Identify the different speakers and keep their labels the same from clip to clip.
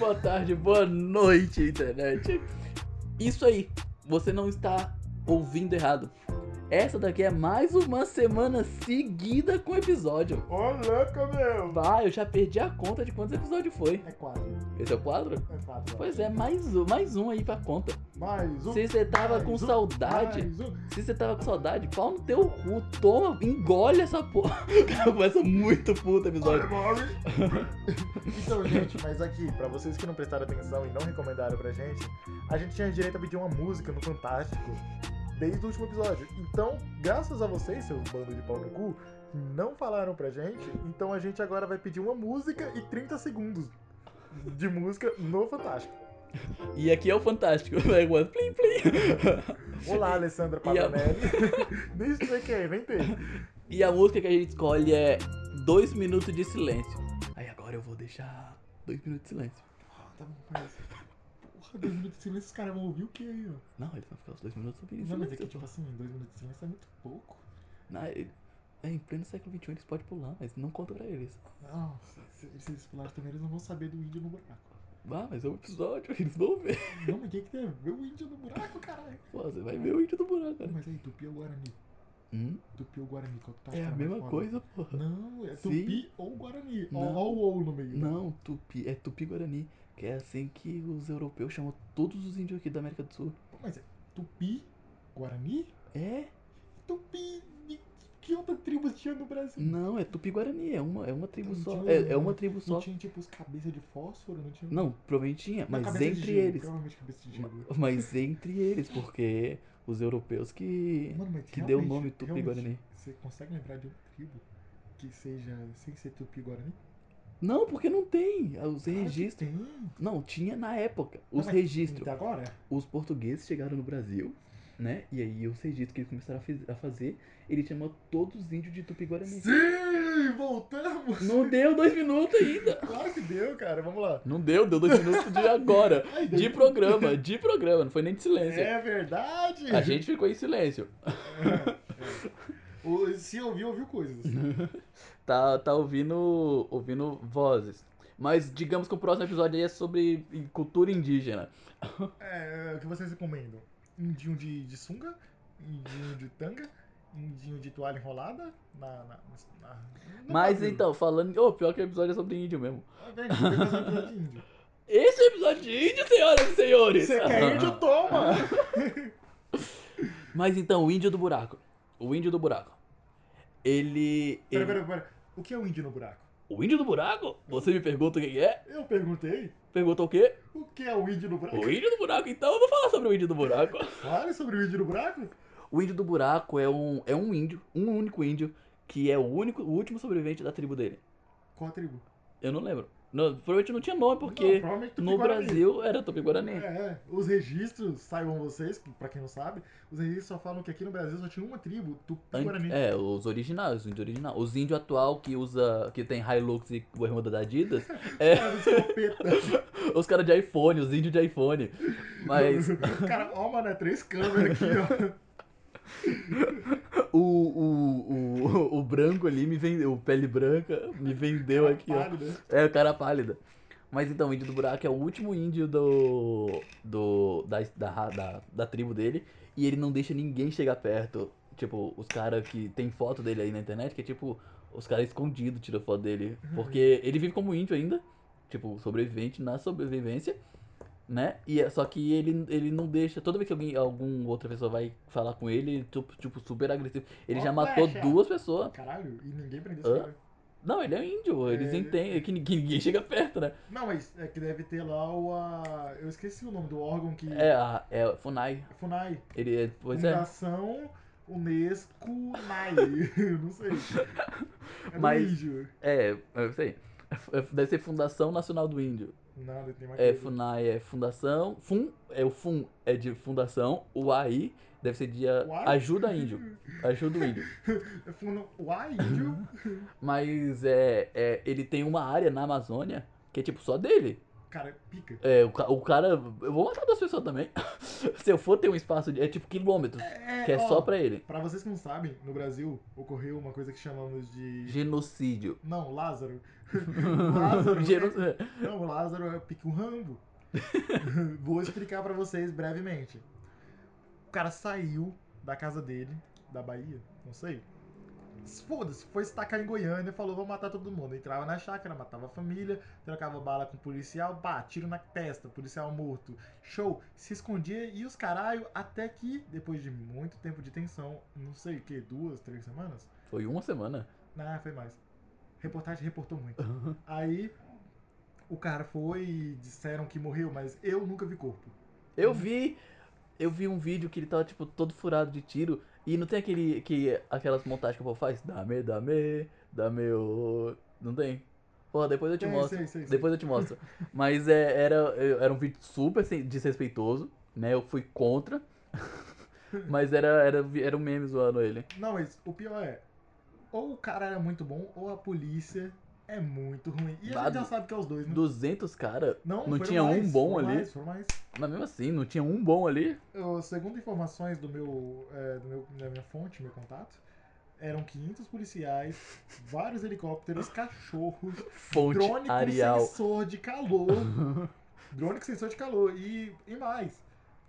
Speaker 1: boa tarde, boa noite, internet. Isso aí, você não está ouvindo errado. Essa daqui é mais uma semana seguida com episódio.
Speaker 2: Ô, louco, meu.
Speaker 1: Vai, eu já perdi a conta de quantos episódios foi.
Speaker 2: É quatro.
Speaker 1: Esse é o quadro?
Speaker 2: É quatro.
Speaker 1: Pois é, mais um, mais um aí pra conta.
Speaker 2: Mais um.
Speaker 1: Se você tava
Speaker 2: mais
Speaker 1: com
Speaker 2: um,
Speaker 1: saudade,
Speaker 2: Mais um.
Speaker 1: se você tava com saudade, pau no teu cu, toma, engole essa porra. Cara, começa muito puto o
Speaker 2: Olha,
Speaker 1: episódio.
Speaker 2: morre. então, gente, mas aqui, pra vocês que não prestaram atenção e não recomendaram pra gente, a gente tinha direito a pedir uma música no Fantástico desde o último episódio. Então, graças a vocês, seu bando de pau no cu, não falaram pra gente, então a gente agora vai pedir uma música e 30 segundos de música no Fantástico.
Speaker 1: E aqui é o Fantástico. Vai, mano, plim, plim.
Speaker 2: Olá, Alessandra
Speaker 1: E a-
Speaker 2: Pavanelli. nem sei quem é, nem tem.
Speaker 1: E a música que a gente escolhe é Dois Minutos de Silêncio. Aí agora eu vou deixar Dois Minutos de Silêncio.
Speaker 2: Tá bom, mas... Porra, dois minutos de silêncio, esses caras vão ouvir o que aí, ó?
Speaker 1: Não, eles vão ficar os dois minutos ouvindo
Speaker 2: Não, mas é
Speaker 1: silêncio.
Speaker 2: que, tipo assim, dois minutos de silêncio é muito pouco.
Speaker 1: Na- é, em pleno século XXI eles podem pular, mas não conta pra eles.
Speaker 2: Não, se, se eles pularem também, eles não vão saber do índio no buraco.
Speaker 1: Ah, mas é um episódio, eles vão ver.
Speaker 2: Não, mas quem é que tem a ver o índio no buraco, caralho?
Speaker 1: Pô, você vai ver o índio do buraco,
Speaker 2: Não,
Speaker 1: cara.
Speaker 2: Mas aí, tupi ou guarani?
Speaker 1: Hum,
Speaker 2: Tupi ou guarani? Qual que tá
Speaker 1: é a
Speaker 2: ficando mais
Speaker 1: mesma
Speaker 2: foda?
Speaker 1: coisa, porra.
Speaker 2: Não, é
Speaker 1: Sim.
Speaker 2: tupi ou guarani. Ó,
Speaker 1: Não.
Speaker 2: ó o ou no meio.
Speaker 1: Não, tupi, é tupi-guarani, que é assim que os europeus chamam todos os índios aqui da América do Sul.
Speaker 2: Pô, Mas é tupi, guarani?
Speaker 1: É?
Speaker 2: Tupi, e que outra tribo tinha no Brasil?
Speaker 1: Não, é tupi-guarani, é uma, é uma tribo
Speaker 2: Não
Speaker 1: só.
Speaker 2: tinha,
Speaker 1: É, é
Speaker 2: não.
Speaker 1: uma tribo
Speaker 2: Não
Speaker 1: só.
Speaker 2: tinha, tipo, os cabeças de fósforo? Não tinha...
Speaker 1: Não, provavelmente tinha,
Speaker 2: Não,
Speaker 1: mas
Speaker 2: cabeça de
Speaker 1: entre
Speaker 2: gelo,
Speaker 1: eles.
Speaker 2: Provavelmente cabeça de gelo. né?
Speaker 1: Mas entre eles, porque os europeus que.
Speaker 2: Mano, mas
Speaker 1: que deu o
Speaker 2: realmente-
Speaker 1: nome Tupi-Guarani.
Speaker 2: realmente, Você consegue lembrar de uma tribo que seja sem ser Tupi-Guarani?
Speaker 1: Não, porque não tem então. os
Speaker 2: Claro que
Speaker 1: registros.
Speaker 2: Tem.
Speaker 1: Não, tinha na época
Speaker 2: Não,
Speaker 1: os
Speaker 2: mas
Speaker 1: registros.
Speaker 2: Até agora?
Speaker 1: Os portugueses chegaram no Brasil, né? E aí os registros que eles começaram a, fiz- a fazer, ele chamou todos os índios de Tupi-Guarani.
Speaker 2: Sim, voltamos!
Speaker 1: Não deu dois minutos ainda.
Speaker 2: Claro que deu, cara. Vamos lá.
Speaker 1: Não deu, deu dois minutos de agora.
Speaker 2: Ai, deu.
Speaker 1: De programa, de programa, não foi nem de silêncio.
Speaker 2: É verdade!
Speaker 1: A gente ficou em silêncio.
Speaker 2: É. O- Se ouviu, ouviu coisas.
Speaker 1: Uhum. Tá, tá ouvindo, ouvindo vozes. Mas digamos que o próximo episódio aí é sobre cultura indígena.
Speaker 2: É, o que vocês recomendam? Indinho de, de sunga? Indinho de tanga? Indinho de toalha enrolada? Na, na, na- no
Speaker 1: Mas
Speaker 2: Brasil.
Speaker 1: então, falando. Ô, pior que o episódio é sobre índio mesmo.
Speaker 2: Ah, velho, tem que fazer um episódio de índio.
Speaker 1: Esse é o episódio de índio, senhoras e senhores!
Speaker 2: Você quer índio? Toma!
Speaker 1: Mas então, o índio do buraco. O índio do buraco. Ele.
Speaker 2: Pera,
Speaker 1: ele-
Speaker 2: pera, pera. O que é o índio no buraco?
Speaker 1: O índio do buraco? Você me pergunta o que é?
Speaker 2: Eu perguntei
Speaker 1: Pergunta o quê?
Speaker 2: o que é o índio no buraco.
Speaker 1: O índio do buraco, então eu vou falar sobre o índio do buraco.
Speaker 2: Fale sobre o índio no buraco.
Speaker 1: O índio do buraco é um, é um índio, um único índio, que é o único, o último sobrevivente da tribo dele.
Speaker 2: Qual a tribo?
Speaker 1: Eu não lembro. Não, provavelmente não tinha nome,
Speaker 2: Não,
Speaker 1: porque
Speaker 2: provavelmente
Speaker 1: no
Speaker 2: Tupi-Guarani.
Speaker 1: Brasil era Tupi-Guarani.
Speaker 2: É, é. os registros, saibam vocês, que pra quem não sabe, os registros só falam que aqui no Brasil só tinha uma tribo, Tupi-Guarani.
Speaker 1: É, os originais, os índios originais. Os índios atual que usa, que tem Hilux e o irmão da Adidas, é
Speaker 2: Cara, do escopeta.
Speaker 1: os caras de iPhone, os índios de iPhone. Mas
Speaker 2: Cara, ó, mano, é três câmeras aqui, ó.
Speaker 1: o, o, o, o branco ali me vendeu, o pele branca me vendeu aqui, ó.
Speaker 2: Pálida.
Speaker 1: É, o cara pálida. Mas então, o índio do buraco é o último índio do. do. Da, da, ra- da, da tribo dele. E ele não deixa ninguém chegar perto. Tipo, os caras que. Tem foto dele aí na internet, que é tipo, os caras escondidos tiram foto dele.
Speaker 2: Uhum.
Speaker 1: Porque ele vive como índio ainda. Tipo, sobrevivente na sobrevivência. Né? E é, só que ele, ele não deixa. Toda vez que alguém, algum outra pessoa vai falar com ele, ele, tipo, tipo, super agressivo. Ele
Speaker 2: Ó,
Speaker 1: já matou
Speaker 2: flecha.
Speaker 1: duas pessoas.
Speaker 2: Caralho, e ninguém prendeu
Speaker 1: Hã?
Speaker 2: esse cara.
Speaker 1: Não, ele é um índio, eles
Speaker 2: É.
Speaker 1: entendem que, ninguém- que ninguém chega perto, né?
Speaker 2: Não, mas é que deve ter lá o. a- Eu esqueci o nome do órgão que.
Speaker 1: É, a, é a Funai.
Speaker 2: Funai.
Speaker 1: Ele é, pois
Speaker 2: Uhum.
Speaker 1: é.
Speaker 2: Fundação Unesco NAI. não sei. É do
Speaker 1: Mas-
Speaker 2: índio.
Speaker 1: É, eu sei. É fu- é- Deve ser Fundação Nacional do Índio.
Speaker 2: Nada, tem mais
Speaker 1: É,
Speaker 2: coisa.
Speaker 1: Funai é Fundação. Fun é o Fun é de Fundação. O AI deve ser de a-
Speaker 2: Uai?
Speaker 1: Ajuda Índio. Ajuda o Índio.
Speaker 2: É funda... Uai, índio?
Speaker 1: Mas é, é, ele tem uma área na Amazônia que é tipo só dele.
Speaker 2: Cara, pica.
Speaker 1: É, o, ca- o cara. Eu vou matar duas pessoas também. Se eu for ter um espaço de. É tipo quilômetros.
Speaker 2: É,
Speaker 1: Que é
Speaker 2: ó,
Speaker 1: só pra ele.
Speaker 2: Pra vocês que não sabem, no Brasil ocorreu uma coisa que chamamos de.
Speaker 1: Genocídio.
Speaker 2: Não, Lázaro. Lázaro.
Speaker 1: Geno-
Speaker 2: Não, o Lázaro é pica um rambo. Vou explicar pra vocês brevemente. O cara saiu da casa dele, da Bahia, não sei. Foda-se, foi estacar em Goiânia, falou: vou matar todo mundo. Entrava na chácara, matava a família, trocava bala com o policial, pá, tiro na testa, policial morto. Show, se escondia e os caralho, até que, depois de muito tempo de tensão, não sei o que, duas, três semanas?
Speaker 1: Foi uma semana.
Speaker 2: Ah, foi mais. Reportagem reportou muito. Aí o cara foi e disseram que morreu, mas eu nunca vi corpo.
Speaker 1: Eu vi. Eu vi um vídeo que ele tava, tipo, todo furado de tiro. E não tem aquele. Que, aquelas montagens que o povo faz? Dame, dame, dame. ô. Não tem? Porra, depois eu te
Speaker 2: Sei,
Speaker 1: mostro.
Speaker 2: sei, sei, sei.
Speaker 1: Depois eu te mostro. Mas é, era, era um vídeo super sem- desrespeitoso, né? Eu fui contra. Mas era, era, era um meme zoando ele.
Speaker 2: Não, mas o pior é, ou o cara era muito bom, ou a polícia é muito ruim. E a
Speaker 1: Vado.
Speaker 2: gente já sabe que é os
Speaker 1: Uhum.
Speaker 2: dois, né?
Speaker 1: 200 cara,
Speaker 2: Não,
Speaker 1: não
Speaker 2: foram
Speaker 1: tinha um
Speaker 2: mais,
Speaker 1: bom
Speaker 2: foram
Speaker 1: ali?
Speaker 2: mais, foram mais.
Speaker 1: mas mesmo assim, não tinha um bom ali.
Speaker 2: Eu, segundo informações do meu, é, do meu- da minha fonte, meu contato, eram 500 policiais, vários helicópteros, cachorros,
Speaker 1: Fonte
Speaker 2: drone com
Speaker 1: Arial.
Speaker 2: sensor de calor. drone com sensor de calor. E, e mais,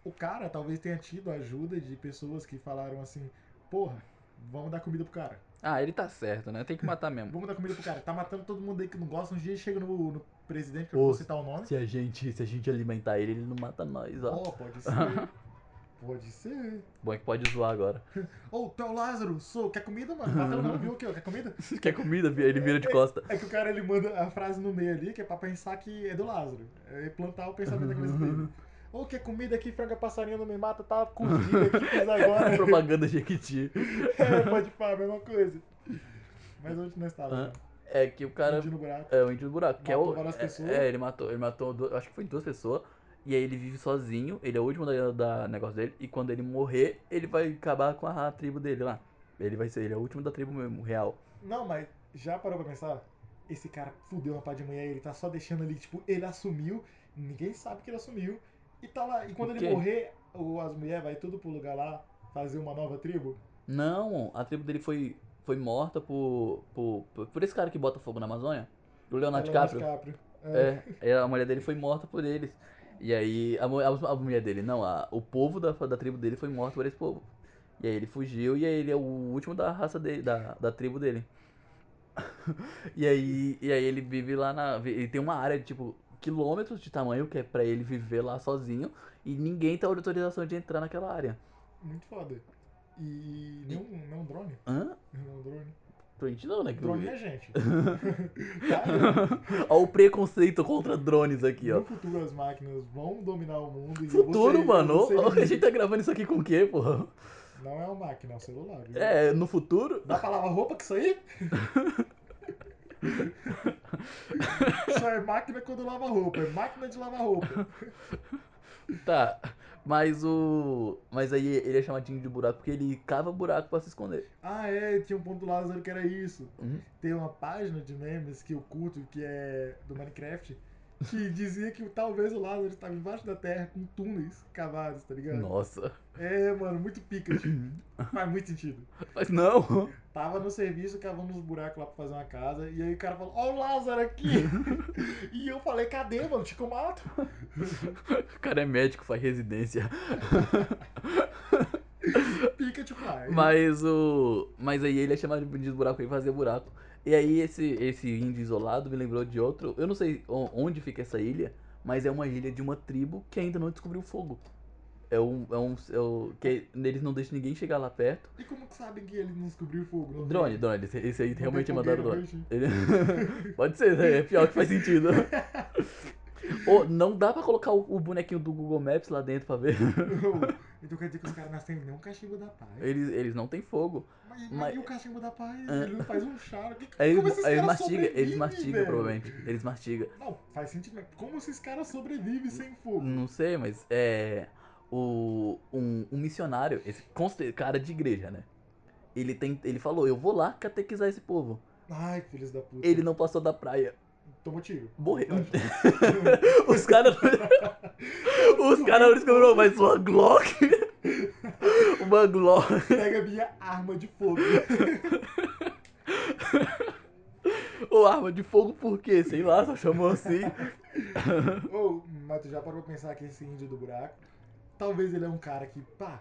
Speaker 2: o cara talvez tenha tido a ajuda de pessoas que falaram assim, porra, vamos dar comida pro cara.
Speaker 1: Ah, ele tá certo, né? Tem que matar mesmo.
Speaker 2: Vamos dar comida pro cara. Tá matando todo mundo aí que não gosta. Um dia chega no, no presidente, que eu
Speaker 1: Ô,
Speaker 2: não vou citar o nome.
Speaker 1: Se a gente, se a gente alimentar ele, ele não mata nós, ó.
Speaker 2: Ó, pode ser. Pode ser.
Speaker 1: Bom, é que pode zoar agora.
Speaker 2: Ô, tu é o Lázaro, sou. Quer comida, mano? Bateu não, viu o quê? Quer comida?
Speaker 1: Quer comida? Vi- Ele vira de costa.
Speaker 2: É que o cara ele manda a frase no meio ali, que é pra pensar que é do Lázaro. É plantar o pensamento da cabeça dele. Ô, que comida aqui, franga passarinho não me mata, tá cozida aqui, fiz agora.
Speaker 1: Propaganda Jequiti.
Speaker 2: é, pode falar, mesma coisa. Mas onde não estava?
Speaker 1: Ah,
Speaker 2: né?
Speaker 1: É que o cara.
Speaker 2: Fugindo no buraco.
Speaker 1: É, o índio do buraco. que é
Speaker 2: Matou
Speaker 1: o-
Speaker 2: várias
Speaker 1: é-
Speaker 2: pessoas.
Speaker 1: É, ele matou. Ele matou, duas- acho que foi duas pessoas. E aí ele vive sozinho. Ele é o último da, da negócio dele. E quando ele morrer, ele vai acabar com a, tribo dele lá. Ele vai ser, ele é o último da tribo mesmo, real.
Speaker 2: Não, mas já parou pra pensar? Esse cara fudeu uma pá de mulher, ele tá só deixando ali, tipo, ele assumiu, ninguém sabe que ele assumiu, e tá lá. E quando
Speaker 1: O
Speaker 2: ele
Speaker 1: quê?
Speaker 2: morrer, ou as mulheres vai tudo pro lugar lá, fazer uma nova tribo?
Speaker 1: Não, a tribo dele foi, foi morta por, por, por, por esse cara que bota fogo na Amazônia. O Leonardo
Speaker 2: Ela é o
Speaker 1: DiCaprio.
Speaker 2: DiCaprio.
Speaker 1: É, é, a mulher dele foi morta por eles. E aí, a, mu- a- a mulher dele, não, a- o povo da, da tribo dele foi morto por esse povo. E aí ele fugiu e aí ele é o último da raça dele, da, da tribo dele. e, aí, e aí ele vive lá na. vi- Ele tem uma área de tipo quilômetros de tamanho que é pra ele viver lá sozinho e ninguém tá dando autorização de entrar naquela área.
Speaker 2: Muito foda. E não, não drone?
Speaker 1: Hã?
Speaker 2: Não drone?
Speaker 1: Pra gente não, né? que-
Speaker 2: Drone é gente. tá?
Speaker 1: Olha o preconceito contra drones aqui, ó.
Speaker 2: No futuro as máquinas vão dominar o mundo e eu vou ser-
Speaker 1: Futuro,
Speaker 2: eu
Speaker 1: mano.
Speaker 2: vou ser
Speaker 1: Olha que a
Speaker 2: livre.
Speaker 1: gente tá gravando isso aqui com o quê, porra?
Speaker 2: Não é uma máquina, é um celular. Viu?
Speaker 1: É, no futuro.
Speaker 2: Dá pra lavar roupa com isso aí? Só é máquina quando lava roupa, é máquina de lavar roupa.
Speaker 1: Tá, mas o. Mas aí ele é chamadinho de buraco porque ele cava buraco pra se esconder.
Speaker 2: Ah, é, tinha um ponto do Lázaro que era isso.
Speaker 1: Uhum.
Speaker 2: Tem uma página de memes que eu curto, que é do Minecraft, que dizia que talvez o Lázaro estava embaixo da terra com túneis cavados, tá ligado?
Speaker 1: Nossa.
Speaker 2: É, mano, muito pica,
Speaker 1: Uhum.
Speaker 2: tipo. Faz muito sentido.
Speaker 1: Mas não!
Speaker 2: Tava no serviço, cavando uns buracos lá pra fazer uma casa, e aí o cara falou, ó o Lázaro aqui! e eu falei, cadê, mano? Te que eu mato?
Speaker 1: O cara é médico, faz residência.
Speaker 2: Pica tipo, ah,
Speaker 1: Mas o. Mas aí ele é chamado de buraco pra ele fazer buraco. E aí esse, esse índio isolado me lembrou de outro. Eu não sei o- onde fica essa ilha, mas é uma ilha de uma tribo que ainda não descobriu fogo. É um. É um. É o- que eles não deixam ninguém chegar lá perto.
Speaker 2: E como que sabem que ele não descobriu fogo? Não
Speaker 1: Drone, drone, esse, esse aí
Speaker 2: tem-
Speaker 1: realmente é
Speaker 2: não tem
Speaker 1: mandado
Speaker 2: fogueira,
Speaker 1: drone.
Speaker 2: peixe?
Speaker 1: Ele- Pode ser, né? é pior que faz sentido. Ou não dá pra colocar o, o bonequinho do Google Maps lá dentro pra ver.
Speaker 2: então quer dizer que os caras nascem nem um cachimbo da paz.
Speaker 1: Eles, eles não têm fogo.
Speaker 2: Mas,
Speaker 1: mas- É.
Speaker 2: mas... e o cachimbo da paz? Ele não faz um chá. Que...
Speaker 1: Aí,
Speaker 2: como esses
Speaker 1: aí eles
Speaker 2: caras
Speaker 1: mastigam, eles
Speaker 2: sobrevivem,
Speaker 1: mastigam
Speaker 2: velho?
Speaker 1: provavelmente. Eles mastigam.
Speaker 2: Não, faz sentido, mas como esses caras sobrevivem sem fogo?
Speaker 1: Não sei, mas é. O, um, um missionário, esse conste- cara de igreja, né? Ele, tem, ele falou: Eu vou lá catequizar esse povo.
Speaker 2: Ai, filhos da puta.
Speaker 1: Ele não passou da praia.
Speaker 2: Tomou tiro.
Speaker 1: Morreu.
Speaker 2: Lógico.
Speaker 1: Os caras. Os caras descobriram, mas uma Glock. Uma Glock.
Speaker 2: Pega a minha arma de fogo.
Speaker 1: Ou arma de fogo por quê? Sei lá, só chamou assim.
Speaker 2: Ou, mas tu já parou pra pensar que esse índio do buraco, talvez ele é um cara que, pá,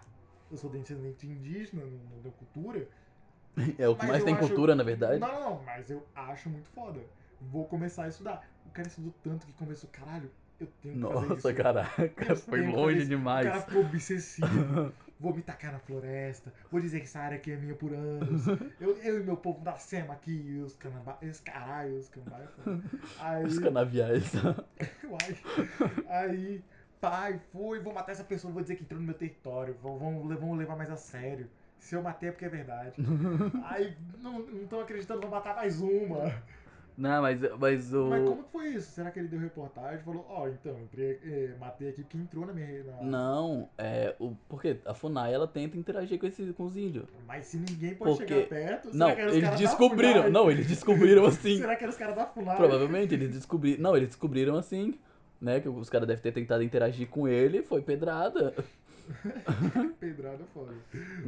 Speaker 2: eu sou descendente indígena, não, não deu cultura.
Speaker 1: É o que
Speaker 2: Mas
Speaker 1: mais
Speaker 2: eu
Speaker 1: tem
Speaker 2: acho-
Speaker 1: cultura, na verdade.
Speaker 2: Não, não, não, mas eu acho muito foda. Vou começar a estudar. O cara estudou tanto que começou, caralho, eu tenho que fazer isso.
Speaker 1: Nossa, caraca,
Speaker 2: Eu
Speaker 1: foi
Speaker 2: tenho que
Speaker 1: longe
Speaker 2: fazer isso. O
Speaker 1: demais.
Speaker 2: cara ficou obsessivo. Vou me tacar na floresta, vou dizer que essa área aqui é minha por anos. Eu, eu e meu povo da SEMA aqui, os canabá, os caralho, os canabá. Aí,
Speaker 1: Os canaviais.
Speaker 2: uai. aí, pai, foi, vou matar essa pessoa, vou dizer que entrou no meu território, vão, vão, le- vão levar mais a sério. Se eu matei é porque é verdade. Aí, não, não tô acreditando, vou matar mais uma.
Speaker 1: Não, mas, mas o.
Speaker 2: Mas como que foi isso? Será que ele deu reportagem e falou, ó, então, eu pre- eh, matei aqui porque entrou na minha... na-
Speaker 1: Não, é. O... Porque a Funai ela tenta interagir com, esse, com os índios.
Speaker 2: Mas se ninguém pode
Speaker 1: Porque-
Speaker 2: chegar perto, será
Speaker 1: Não,
Speaker 2: que era os
Speaker 1: eles
Speaker 2: caras da
Speaker 1: descobriram.
Speaker 2: FUNAI?
Speaker 1: Não, eles descobriram assim.
Speaker 2: Será que era os caras da FUNAI?
Speaker 1: Provavelmente eles descobriram. Não, eles descobriram assim, né? Que os caras devem ter tentado interagir com ele, foi pedrada.
Speaker 2: Pedrada foda.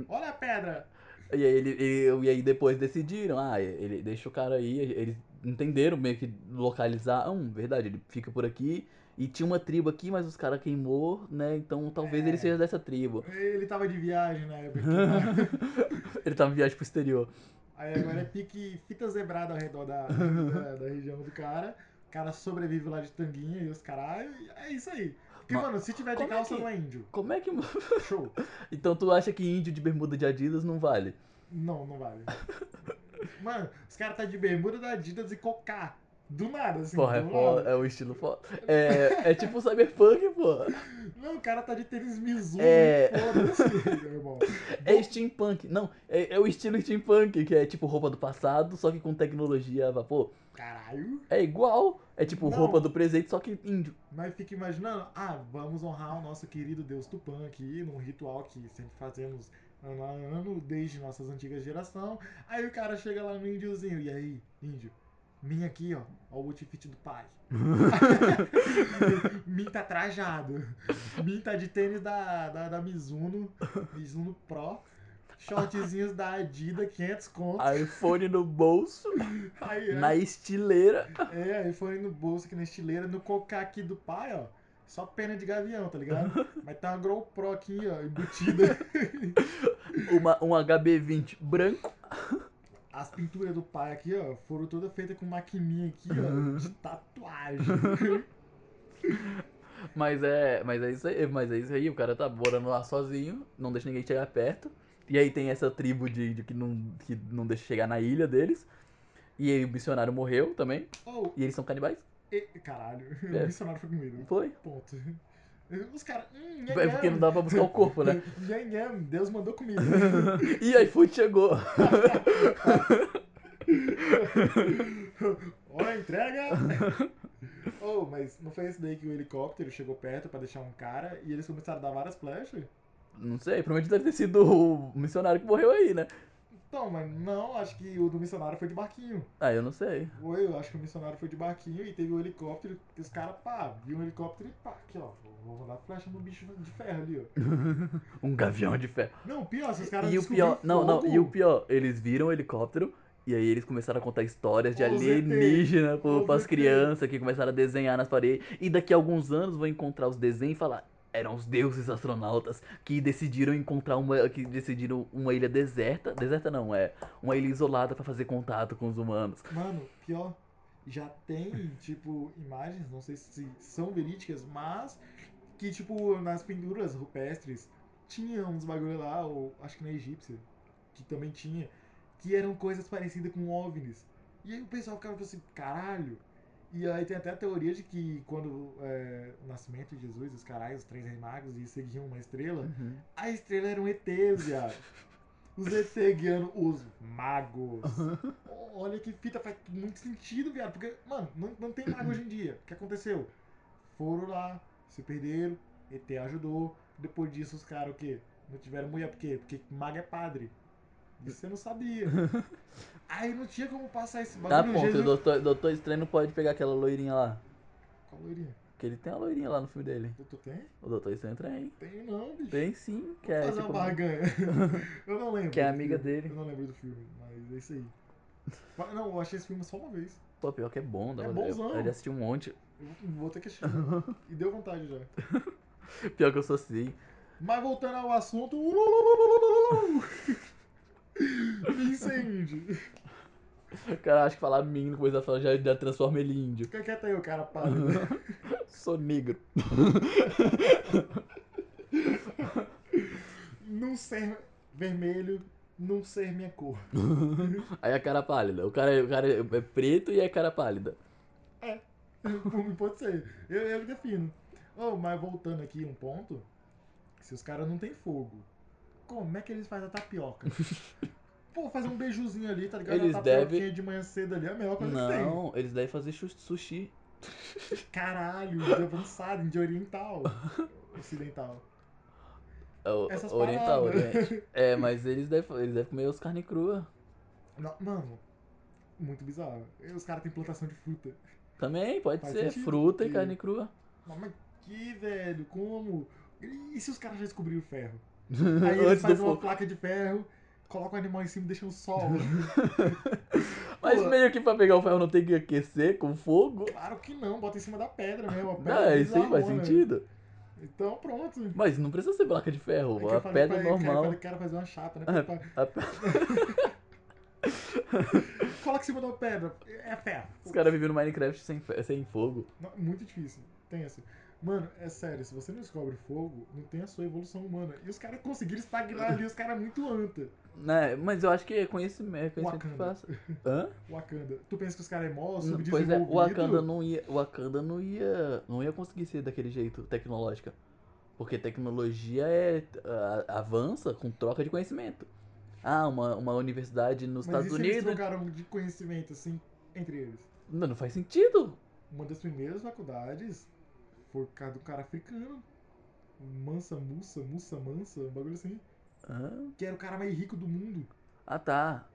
Speaker 2: Olha a pedra!
Speaker 1: E aí, ele, ele- e aí depois decidiram, ah, ele deixa o cara aí, eles entenderam meio que localizar, hum, verdade, ele fica por aqui, e tinha uma tribo aqui, mas os caras queimou, né, então talvez
Speaker 2: É.
Speaker 1: ele seja dessa tribo.
Speaker 2: Ele tava de viagem na época. né?
Speaker 1: Ele tava em viagem pro exterior.
Speaker 2: Aí agora é pique fita zebrada ao redor da, da, da região do cara. O cara sobrevive lá de tanguinha e os caralho. e É isso aí. Porque,
Speaker 1: Mas
Speaker 2: mano, se tiver de
Speaker 1: como é
Speaker 2: calça,
Speaker 1: que-
Speaker 2: não é índio.
Speaker 1: Como é que...
Speaker 2: Show.
Speaker 1: Então tu acha que índio de bermuda de Adidas não vale?
Speaker 2: Não, não vale. Mano, os caras tá de bermuda da Adidas e cocá. Do nada, assim.
Speaker 1: Porra, é,
Speaker 2: do
Speaker 1: foda,
Speaker 2: nada.
Speaker 1: é um estilo foda. É, é tipo cyberpunk, pô.
Speaker 2: Não, o cara tá de tênis Mizuno.
Speaker 1: É.
Speaker 2: É... Foda-se, meu irmão.
Speaker 1: É steampunk. Não, é, é o estilo steampunk, que é tipo roupa do passado, só que com tecnologia a vapor.
Speaker 2: Caralho.
Speaker 1: É igual. É tipo
Speaker 2: Não.
Speaker 1: roupa do presente, só que índio.
Speaker 2: Mas fica imaginando, ah, vamos honrar o nosso querido deus Tupã aqui, num ritual que sempre fazemos ano a ano, desde nossas antigas gerações. Aí o cara chega lá no índiozinho, e aí, índio, minha aqui, ó, ó o outfit do pai. Mim tá trajado. Mim tá de tênis da, da, da Mizuno, Mizuno Pro. Shortzinhos da Adidas, 500
Speaker 1: Ah,
Speaker 2: conto.
Speaker 1: iPhone no bolso,
Speaker 2: Aí, é,
Speaker 1: na estileira.
Speaker 2: É, aí foi no bolso aqui na estileira, no cocar aqui do pai, ó. Só pena de gavião, tá ligado? Mas tá uma GoPro aqui, ó, embutida.
Speaker 1: Uma, um HB20 branco.
Speaker 2: As pinturas do pai aqui, ó, foram todas feitas com maquininha aqui,
Speaker 1: Uhum.
Speaker 2: ó, de tatuagem.
Speaker 1: Mas é, mas é isso aí, mas é isso aí. O cara tá morando lá sozinho, não deixa ninguém chegar perto. E aí tem essa tribo de, de que, não, que não deixa chegar na ilha deles. E aí o missionário morreu também.
Speaker 2: Ou,
Speaker 1: E eles são canibais?
Speaker 2: e- caralho,
Speaker 1: É.
Speaker 2: o missionário foi comido.
Speaker 1: Foi.
Speaker 2: Ponto. Os caras, hum,
Speaker 1: É porque não
Speaker 2: nham,
Speaker 1: dá pra buscar o corpo, né?
Speaker 2: nham, nham, Deus mandou comida.
Speaker 1: E iFood chegou.
Speaker 2: Olha a entrega! oh, mas não foi esse daí que o helicóptero chegou perto pra deixar um cara e eles começaram a dar várias flechas?
Speaker 1: Não sei, provavelmente deve ter sido o missionário que morreu aí, né?
Speaker 2: Então, mas não, acho que o do missionário foi de barquinho.
Speaker 1: Ah, eu não sei.
Speaker 2: Ou eu acho que o missionário foi de barquinho e teve o helicóptero, que os caras, pá, viu o helicóptero e pá, aqui ó, vou rodar flecha no bicho de ferro ali, ó.
Speaker 1: Um gavião de ferro.
Speaker 2: Não, pior, se os caras
Speaker 1: e o
Speaker 2: descobriram
Speaker 1: pior, não, não,
Speaker 2: fogo,
Speaker 1: e o pior, eles viram o helicóptero e aí eles começaram a contar histórias de
Speaker 2: Ô, ZT.
Speaker 1: alienígena pro,
Speaker 2: Ô,
Speaker 1: pras
Speaker 2: ZT.
Speaker 1: crianças que começaram a desenhar nas paredes. E daqui a alguns anos vão encontrar os desenhos e falar. Eram os deuses astronautas que decidiram encontrar uma. que decidiram uma ilha deserta. Deserta não, é. Uma ilha isolada pra fazer contato com os humanos.
Speaker 2: Mano, pior, já tem, tipo, imagens, não sei se são verídicas, mas que, tipo, nas pinturas rupestres tinha uns bagulho lá, ou acho que na egípcia, que também tinha, que eram coisas parecidas com OVNIs. E aí o pessoal ficava tipo assim, caralho. E aí tem até a teoria de que quando é, o nascimento de Jesus, os caralhos, os três reis magos, e seguiam uma estrela, a estrela era um ET, viado. Os ET guiando os magos. O- Olha que fita, faz muito sentido, viado. Porque, mano, não, não tem mago hoje em dia. O que aconteceu? Foram lá, se perderam, ET ajudou. Depois disso, os caras, o quê? Não tiveram mulher, por quê? Porque mago é padre. Isso você não sabia. Aí não tinha como passar esse
Speaker 1: Tá,
Speaker 2: bagulho.
Speaker 1: ponto. O
Speaker 2: Jesus-
Speaker 1: doutor, doutor Estranho não pode pegar aquela loirinha lá.
Speaker 2: Qual loirinha?
Speaker 1: Porque ele tem a loirinha lá no filme dele.
Speaker 2: Tu tem?
Speaker 1: O Doutor Estranho tem.
Speaker 2: Tem não, bicho.
Speaker 1: Tem sim, que
Speaker 2: Vamos
Speaker 1: é
Speaker 2: fazer
Speaker 1: tipo.
Speaker 2: uma barganha. Eu não lembro.
Speaker 1: Que é
Speaker 2: do
Speaker 1: amiga
Speaker 2: filme.
Speaker 1: dele.
Speaker 2: Eu não lembro do filme, mas é isso aí. Mas, não, eu achei esse filme só uma vez.
Speaker 1: Pô, pior que é bom, dá
Speaker 2: É
Speaker 1: pra-
Speaker 2: bonzão.
Speaker 1: Eu, eu já assisti um monte.
Speaker 2: Eu vou- vou ter que assistir. e deu vontade já.
Speaker 1: Pior que eu sou assim.
Speaker 2: Mas voltando ao assunto. uh, uh. Incêndio.
Speaker 1: Cara, acho que falar mim no começo da fala já, já transforma ele em índio.
Speaker 2: Fica quieto aí, o cara pálido.
Speaker 1: Sou negro.
Speaker 2: Não ser vermelho, não ser minha cor.
Speaker 1: Aí a cara pálida. O cara, o cara é é preto e é cara pálida.
Speaker 2: Por mim pode ser. Eu, eu defino. Oh, mas voltando aqui um ponto. Se os caras não têm fogo, como é que eles fazem a tapioca? Pô, fazer um beijuzinho ali, tá ligado?
Speaker 1: Eles
Speaker 2: a tapioquinha
Speaker 1: devem-
Speaker 2: de manhã cedo ali é a melhor coisa que
Speaker 1: Não, eles devem fazer chu- sushi.
Speaker 2: tem. Caralho, de avançado, de oriental. Ocidental.
Speaker 1: É o-
Speaker 2: Essas
Speaker 1: oriental,
Speaker 2: paradas.
Speaker 1: oriente. É, mas eles devem, eles devem comer os carne crua.
Speaker 2: Não, mano, muito bizarro. Os caras têm plantação de fruta.
Speaker 1: Também, pode
Speaker 2: Faz
Speaker 1: ser.
Speaker 2: sentido,
Speaker 1: Fruta e
Speaker 2: porque-
Speaker 1: carne crua.
Speaker 2: Não, mas que, velho? Como? E se os caras já descobriram o ferro? Aí eles
Speaker 1: Antes do
Speaker 2: fazem uma
Speaker 1: fogo.
Speaker 2: placa de ferro, colocam o animal em cima e deixam o sol.
Speaker 1: Mas
Speaker 2: Pô.
Speaker 1: meio que pra pegar o ferro não tem que aquecer com fogo.
Speaker 2: claro que não, bota em cima da pedra mesmo. A pedra
Speaker 1: Não, isso aí faz
Speaker 2: bizarrona.
Speaker 1: sentido.
Speaker 2: né? Então pronto. É
Speaker 1: Mas não precisa ser placa de ferro,
Speaker 2: que eu
Speaker 1: a
Speaker 2: falei
Speaker 1: pedra é
Speaker 2: pra ele, cara, eu
Speaker 1: normal.
Speaker 2: falei, Cara, fazer uma chapa, né?
Speaker 1: Ah. A
Speaker 2: Pra-
Speaker 1: pe-
Speaker 2: Coloca em cima da pedra. É ferro.
Speaker 1: Os caras vivem no Minecraft sem, fe- sem fogo.
Speaker 2: Não, Muito difícil. Tenso. Mano, é sério, se você não descobre fogo, não tem a sua evolução humana. E os caras conseguiram estagnar ali, os caras muito anta.
Speaker 1: Né? Mas eu acho que é conhecimento, é conhecimento que
Speaker 2: Wakanda.
Speaker 1: passa. Hã?
Speaker 2: Wakanda. Tu pensa que os caras é mó
Speaker 1: Não, Pois é,
Speaker 2: subdesenvolvido?
Speaker 1: o Wakanda não ia, o Wakanda não ia, não ia conseguir ser daquele jeito tecnológica. Porque tecnologia é a- avança com troca de conhecimento. Ah, uma, uma universidade nos Estados
Speaker 2: Mas e se eles
Speaker 1: Unidos.
Speaker 2: trocaram de conhecimento, assim, entre eles?
Speaker 1: Não, não faz sentido.
Speaker 2: Uma das primeiras faculdades foi por causa do cara africano. Mansa Mussa, Mussa Mansa, um bagulho assim.
Speaker 1: Hã?
Speaker 2: Que era o cara mais rico do mundo.
Speaker 1: Ah, tá.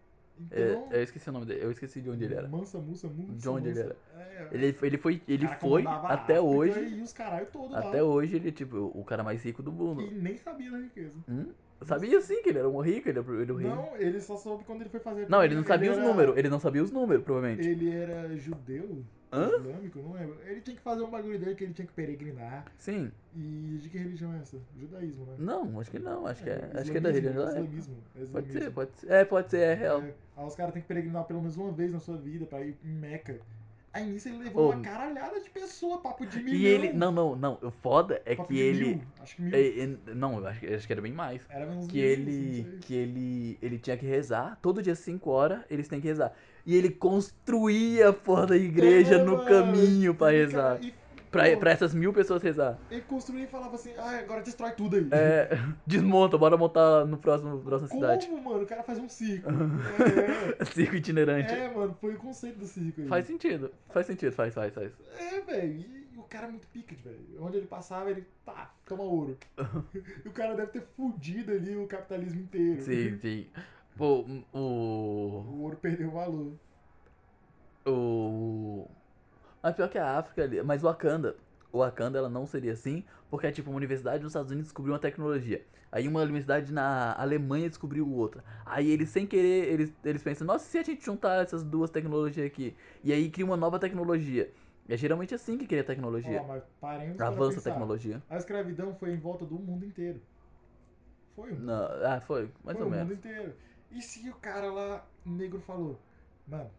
Speaker 1: É,
Speaker 2: Então...
Speaker 1: eu esqueci o nome dele. Eu esqueci de onde ele era.
Speaker 2: Mansa Mussa, Mussa
Speaker 1: De onde ele
Speaker 2: Mansa. É,
Speaker 1: Ele, ele foi, ele
Speaker 2: o cara
Speaker 1: foi
Speaker 2: comandava a
Speaker 1: até
Speaker 2: África
Speaker 1: hoje.
Speaker 2: E os caralho todos lá.
Speaker 1: Até hoje ele é tipo o cara mais rico do
Speaker 2: E
Speaker 1: mundo.
Speaker 2: nem sabia da riqueza.
Speaker 1: Hum? Sabia sim que ele era um rico, ele era ele era o rei. Não,
Speaker 2: Não, ele só soube quando ele foi fazer.
Speaker 1: ele não sabia os
Speaker 2: era-
Speaker 1: números. Ele não sabia os números, provavelmente.
Speaker 2: Ele era judeu?
Speaker 1: Hã?
Speaker 2: Islâmico? Não lembro. Ele tinha que fazer um bagulho dele que ele tinha que peregrinar.
Speaker 1: Sim.
Speaker 2: E de que religião é essa? Judaísmo, né?
Speaker 1: Não, acho que não. Acho que é, acho que é
Speaker 2: islamismo,
Speaker 1: da religião. lá.
Speaker 2: Islamismo. é
Speaker 1: Pode ser,
Speaker 2: islamismo.
Speaker 1: pode ser. É, pode ser, é real.
Speaker 2: É, aí os caras têm que peregrinar pelo menos uma vez na sua vida pra ir em Meca. Aí nisso ele levou
Speaker 1: Ô,
Speaker 2: uma caralhada de pessoa, papo de milhão.
Speaker 1: E ele. Não, não, não. O foda é
Speaker 2: papo
Speaker 1: que
Speaker 2: de
Speaker 1: ele.
Speaker 2: mil, acho que mil.
Speaker 1: é- é- não, eu acho, que- acho que era bem mais.
Speaker 2: Era assim, menos
Speaker 1: Que ele. Que ele. Ele tinha que rezar. Todo dia, 5 horas, eles têm que rezar. E ele construía a porra da igreja no caminho pra rezar.
Speaker 2: E,
Speaker 1: Pra,
Speaker 2: pô,
Speaker 1: pra essas mil pessoas rezar.
Speaker 2: Ele construía e falava assim: ah, agora destrói tudo aí.
Speaker 1: É, desmonta, bora montar no próximo próxima
Speaker 2: Como,
Speaker 1: cidade.
Speaker 2: mano? O cara faz um circo.
Speaker 1: Circo
Speaker 2: é,
Speaker 1: itinerante.
Speaker 2: é, é, mano, foi o conceito do circo aí.
Speaker 1: Faz sentido. Faz sentido, faz, faz, faz.
Speaker 2: É, velho. E o cara é muito pica, velho. Onde ele passava, ele, tá, toma ouro. e o cara deve ter fudido ali o capitalismo inteiro.
Speaker 1: Sim, sim. Pô, o.
Speaker 2: O ouro perdeu o valor.
Speaker 1: O. Mas pior que é a África ali. Mas Wakanda. O Wakanda ela não seria assim, porque é tipo uma universidade nos Estados Unidos descobriu uma tecnologia. Aí uma universidade na Alemanha descobriu outra. Aí eles sem querer, eles, eles pensam, nossa, e se a gente juntar essas duas tecnologias aqui? E aí cria uma nova tecnologia. É geralmente assim que cria
Speaker 2: Ó,
Speaker 1: tecnologia.
Speaker 2: mas paremos pra
Speaker 1: Avança a
Speaker 2: pensar.
Speaker 1: tecnologia.
Speaker 2: A escravidão foi em volta do mundo inteiro. Foi, mano.
Speaker 1: Não, ah, foi, mais
Speaker 2: foi
Speaker 1: ou
Speaker 2: o mundo
Speaker 1: menos.
Speaker 2: inteiro. E se o cara lá, negro, falou: Mano,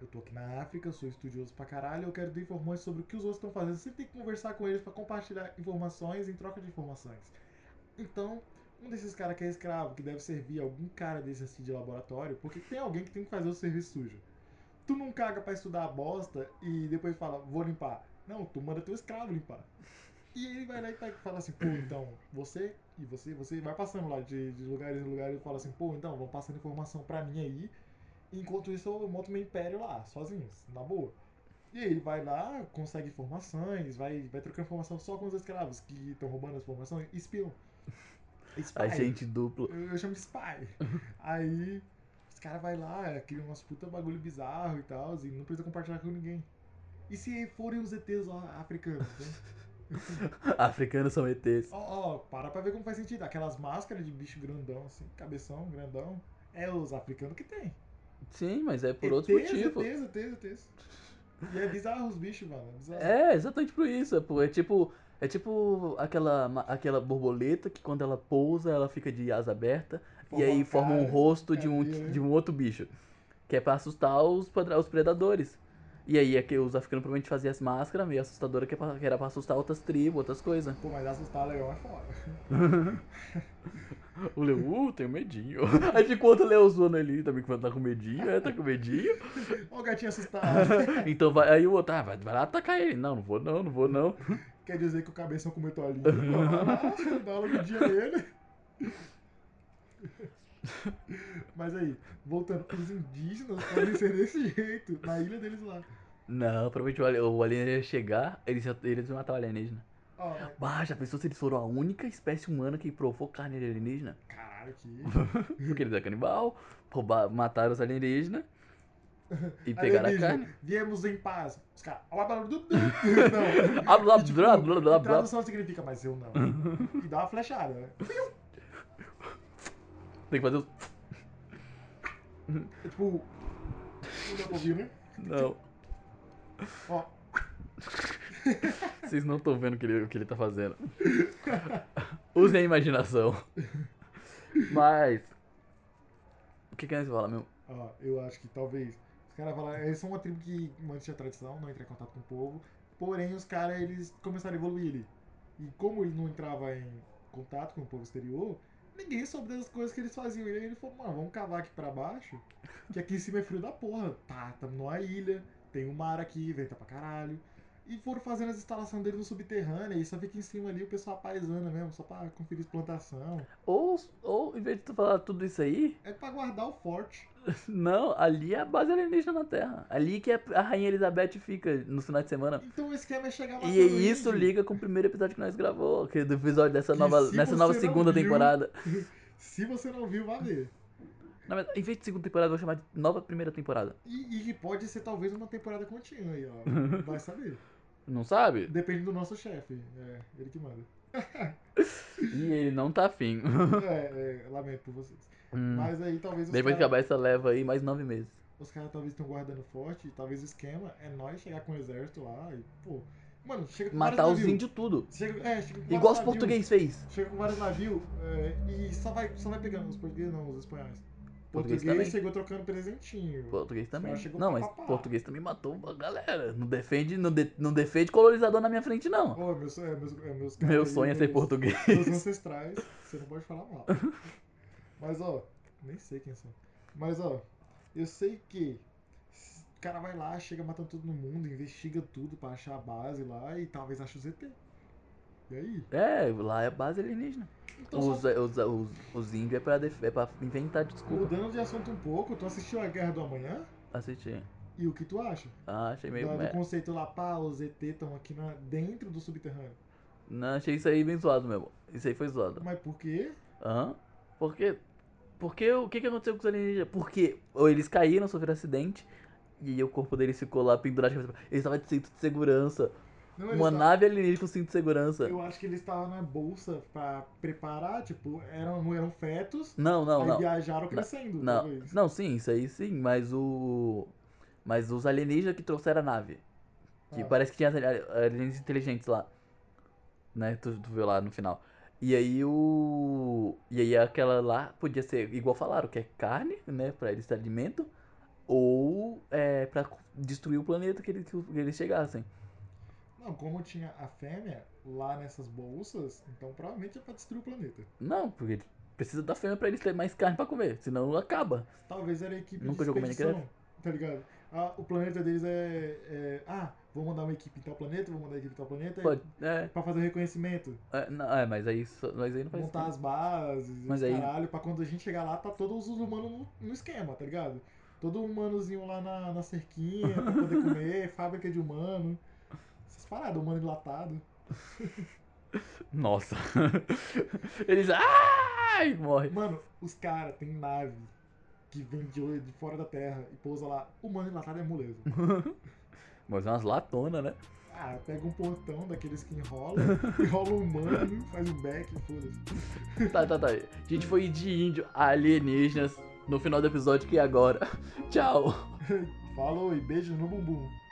Speaker 2: eu tô aqui na África, sou estudioso pra caralho, eu quero ter informações sobre o que os outros estão fazendo. Você tem que conversar com eles pra compartilhar informações em troca de informações. Então, um desses caras que é escravo, que deve servir algum cara desse assim de laboratório, porque tem alguém que tem que fazer o serviço sujo. Tu não caga pra estudar a bosta e depois fala, vou limpar. Não, tu manda teu escravo limpar. E ele vai lá e vai falar assim, pô, então, você e você, você vai passando lá de, de lugares em lugares e fala assim, pô, então, vão passando informação pra mim aí. Enquanto isso, eu monto meu império lá, sozinho, na boa. E aí ele vai lá, consegue informações, vai, vai trocando informação só com os escravos que estão roubando as informações e espiam. Spy.
Speaker 1: A gente duplo.
Speaker 2: Eu, eu chamo de spy. aí os caras vai lá, é, criam umas puta bagulho bizarro e tal, e não precisa compartilhar com ninguém. E se forem os ETs lá africanos, né?
Speaker 1: Africanos são ETs.
Speaker 2: Ó, ó, para pra ver como faz sentido. Aquelas máscaras de bicho grandão, assim, cabeção, grandão. É os africanos que tem.
Speaker 1: Sim, mas é por outro motivo.
Speaker 2: ETs, ETs, ETs. E é bizarro os bichos, mano. É bizarro.
Speaker 1: É, exatamente por isso. É, pô, é tipo. É tipo aquela, ma- aquela borboleta que quando ela pousa, ela fica de asa aberta e
Speaker 2: Forma
Speaker 1: aí
Speaker 2: uma
Speaker 1: forma um
Speaker 2: cara,
Speaker 1: rosto de um,
Speaker 2: cabelo.
Speaker 1: de um outro bicho. Que é pra assustar os, padra- os predadores. E aí é que os africanos provavelmente faziam as máscaras meio assustadoras que, é pra- que era pra assustar outras tribos, outras coisas.
Speaker 2: Pô, mas assustar leão é foda.
Speaker 1: O Leo, uh, tenho medinho. Aí de quanto o Leo zoando ali, também que tá com medinho, é, tá com medinho.
Speaker 2: Ó, o gatinho assustado.
Speaker 1: Então vai, aí o outro, ah, vai, vai lá atacar ele. Não, não vou não, não vou não.
Speaker 2: Quer dizer que o cabeção cometeu a língua. Ah, Dá aula no dia dele. Mas aí, voltando, os indígenas podem ser desse jeito, na ilha deles lá.
Speaker 1: Não, provavelmente o ali- o alienígena ia chegar, eles iam, eles iam matar o alienígena.
Speaker 2: Ó,
Speaker 1: Bah, já pensou se eles foram a única espécie humana que provou carne de alienígena?
Speaker 2: caralho, que.
Speaker 1: Porque eles é canibal, roubar, mataram os alienígenas e pegaram a
Speaker 2: Alienígena,
Speaker 1: carne.
Speaker 2: Viemos em paz. Os caras. Blá, blá, blá, blá, blá.
Speaker 1: Ah, blá,
Speaker 2: Não. E, tipo,
Speaker 1: blá, blá, blá, blá.
Speaker 2: tradução significa, mas eu não. E dá uma flechada, né?
Speaker 1: Tem que fazer os...
Speaker 2: É tipo. Não dá pra ouvir, né?
Speaker 1: Não,
Speaker 2: Ó,
Speaker 1: vocês não estão vendo o que, ele, o que ele tá fazendo. Usem a imaginação. Mas... O que que nós falar mesmo?
Speaker 2: Ó, eu acho que talvez. Os caras falaram, eles são uma tribo que mantinha a tradição, não entra em contato com o povo. Porém, os caras, eles começaram a evoluir. ali. E como ele não entrava em contato com o povo exterior, ninguém soube das coisas que eles faziam. E aí ele falou, mano, vamos cavar aqui pra baixo, que aqui em cima é frio da porra. Tá, tamo numa ilha, tem um mar aqui, venta pra caralho. E foram fazendo as instalações dele no subterrâneo, e só fica em cima ali o pessoal paisana mesmo, só pra conferir plantação.
Speaker 1: Ou, ou, em vez de tu falar tudo isso aí,
Speaker 2: É pra guardar o forte.
Speaker 1: Não, ali é a base alienígena na Terra. Ali que é a Rainha Elizabeth fica no final de semana.
Speaker 2: Então o esquema é chegar lá
Speaker 1: E
Speaker 2: pelo
Speaker 1: isso
Speaker 2: índio.
Speaker 1: liga com o primeiro episódio que nós gravou, que é do episódio dessa
Speaker 2: Que
Speaker 1: nova,
Speaker 2: se
Speaker 1: nessa
Speaker 2: você
Speaker 1: nova
Speaker 2: não
Speaker 1: segunda
Speaker 2: viu-
Speaker 1: temporada.
Speaker 2: Se você não viu, vá ver.
Speaker 1: Na verdade, em vez de segunda temporada, eu vou chamar de nova primeira temporada.
Speaker 2: E, e que pode ser talvez uma temporada contínua aí, ó. Vai saber.
Speaker 1: Não sabe?
Speaker 2: Depende do nosso chefe. É, ele que manda.
Speaker 1: E ele não tá afim.
Speaker 2: É, é, lamento por vocês.
Speaker 1: Hum.
Speaker 2: Mas aí talvez os
Speaker 1: Depois de
Speaker 2: caras
Speaker 1: acabar essa leva aí, mais nove meses.
Speaker 2: os caras talvez estão guardando forte. e Talvez o esquema é nós chegar com o exército lá e, pô. Mano, chega com
Speaker 1: Matar
Speaker 2: vários
Speaker 1: os
Speaker 2: navios.
Speaker 1: índios tudo.
Speaker 2: Chega, é, chega com
Speaker 1: Igual os
Speaker 2: vários navios.
Speaker 1: portugueses fez.
Speaker 2: Chega com vários navios é, e só vai, só vai pegando. Os portugueses não, os espanhóis.
Speaker 1: Português
Speaker 2: Português,
Speaker 1: também.
Speaker 2: chegou trocando presentinho.
Speaker 1: Português também.
Speaker 2: Ela chegou
Speaker 1: Não,
Speaker 2: pra
Speaker 1: mas
Speaker 2: papar.
Speaker 1: português também matou a galera. Não defende, não, de- não defende colonizador na minha frente, não.
Speaker 2: Ô, meu sonho, é, meus, é, meus caras
Speaker 1: Meu
Speaker 2: aí,
Speaker 1: sonho é ser
Speaker 2: meus-
Speaker 1: português.
Speaker 2: Seus ancestrais, você não pode falar mal. Mas ó, nem sei quem são. Mas ó, eu sei que s- o cara vai lá, chega matando todo mundo, investiga tudo pra achar a base lá e talvez ache o ZT. E aí?
Speaker 1: É, lá é a base alienígena.
Speaker 2: Então, só
Speaker 1: Os, os, os, os índios é pra, def- é pra inventar desculpa.
Speaker 2: mudando de assunto um pouco, tu assistiu a Guerra do Amanhã?
Speaker 1: Assistir.
Speaker 2: E o que tu acha?
Speaker 1: Ah, achei meio.
Speaker 2: do, do
Speaker 1: meh.
Speaker 2: conceito lá, pá, os ZT estão aqui na- dentro do subterrâneo.
Speaker 1: Não, achei isso aí bem zoado mesmo. Isso aí foi zoado.
Speaker 2: Mas por quê?
Speaker 1: Aham. Por quê? Porque o que, que aconteceu com os alienígenas? Porque ou eles caíram, sofreram acidente. E aí o corpo deles ficou lá pendurado. de cabeça pra- Eles estavam de cinto de segurança.
Speaker 2: Não, eles
Speaker 1: Uma
Speaker 2: tavam-
Speaker 1: nave alienígena com cinto de segurança.
Speaker 2: Eu acho que eles estavam na bolsa pra preparar, tipo, eram, não eram fetos,
Speaker 1: Não, não,
Speaker 2: Aí
Speaker 1: não.
Speaker 2: viajaram crescendo,
Speaker 1: Não,
Speaker 2: talvez.
Speaker 1: não, sim, isso aí sim, mas o. Mas os alienígenas que trouxeram a nave. Que
Speaker 2: Ah.
Speaker 1: parece que tinha ali- alienígenas inteligentes lá. Né? Tu, tu viu lá no final. E aí o. E aí aquela lá podia ser, igual falaram, que é carne, né? Pra eles ter alimento. Ou é pra co- destruir o planeta que eles, que eles chegassem.
Speaker 2: Não, como tinha a fêmea lá nessas bolsas, então provavelmente é pra destruir o planeta.
Speaker 1: Não, porque precisa da fêmea pra eles terem mais carne pra comer, senão acaba.
Speaker 2: Talvez era a equipe
Speaker 1: Nunca
Speaker 2: de
Speaker 1: jogou
Speaker 2: expedição, tá ligado? Ah, o planeta deles é, é, Ah, vou mandar uma equipe em tal planeta, vou mandar uma equipe em tal planeta.
Speaker 1: Pode. É,
Speaker 2: Pra fazer o reconhecimento,
Speaker 1: é, não, é, mas aí, só- mas aí não faz
Speaker 2: montar as bases,
Speaker 1: Mas
Speaker 2: os
Speaker 1: aí-
Speaker 2: caralho, pra quando a gente chegar lá, tá todos os humanos no, no esquema, tá ligado? Todo humanozinho lá na, na cerquinha pra poder comer, fábrica de humano. Essas paradas, humano enlatado.
Speaker 1: Nossa. Eles. Ai, morre.
Speaker 2: Mano, os caras têm nave que vem de, de fora da terra e pousa lá. Humano enlatado é moleza.
Speaker 1: Mas é umas latonas, né?
Speaker 2: Ah, pega um portão daqueles que enrola, enrola o humano, faz um back e foda-se.
Speaker 1: Tá, tá, tá. A gente foi de índio a alienígenas no final do episódio que é agora. Tchau.
Speaker 2: Falou e beijo no bumbum.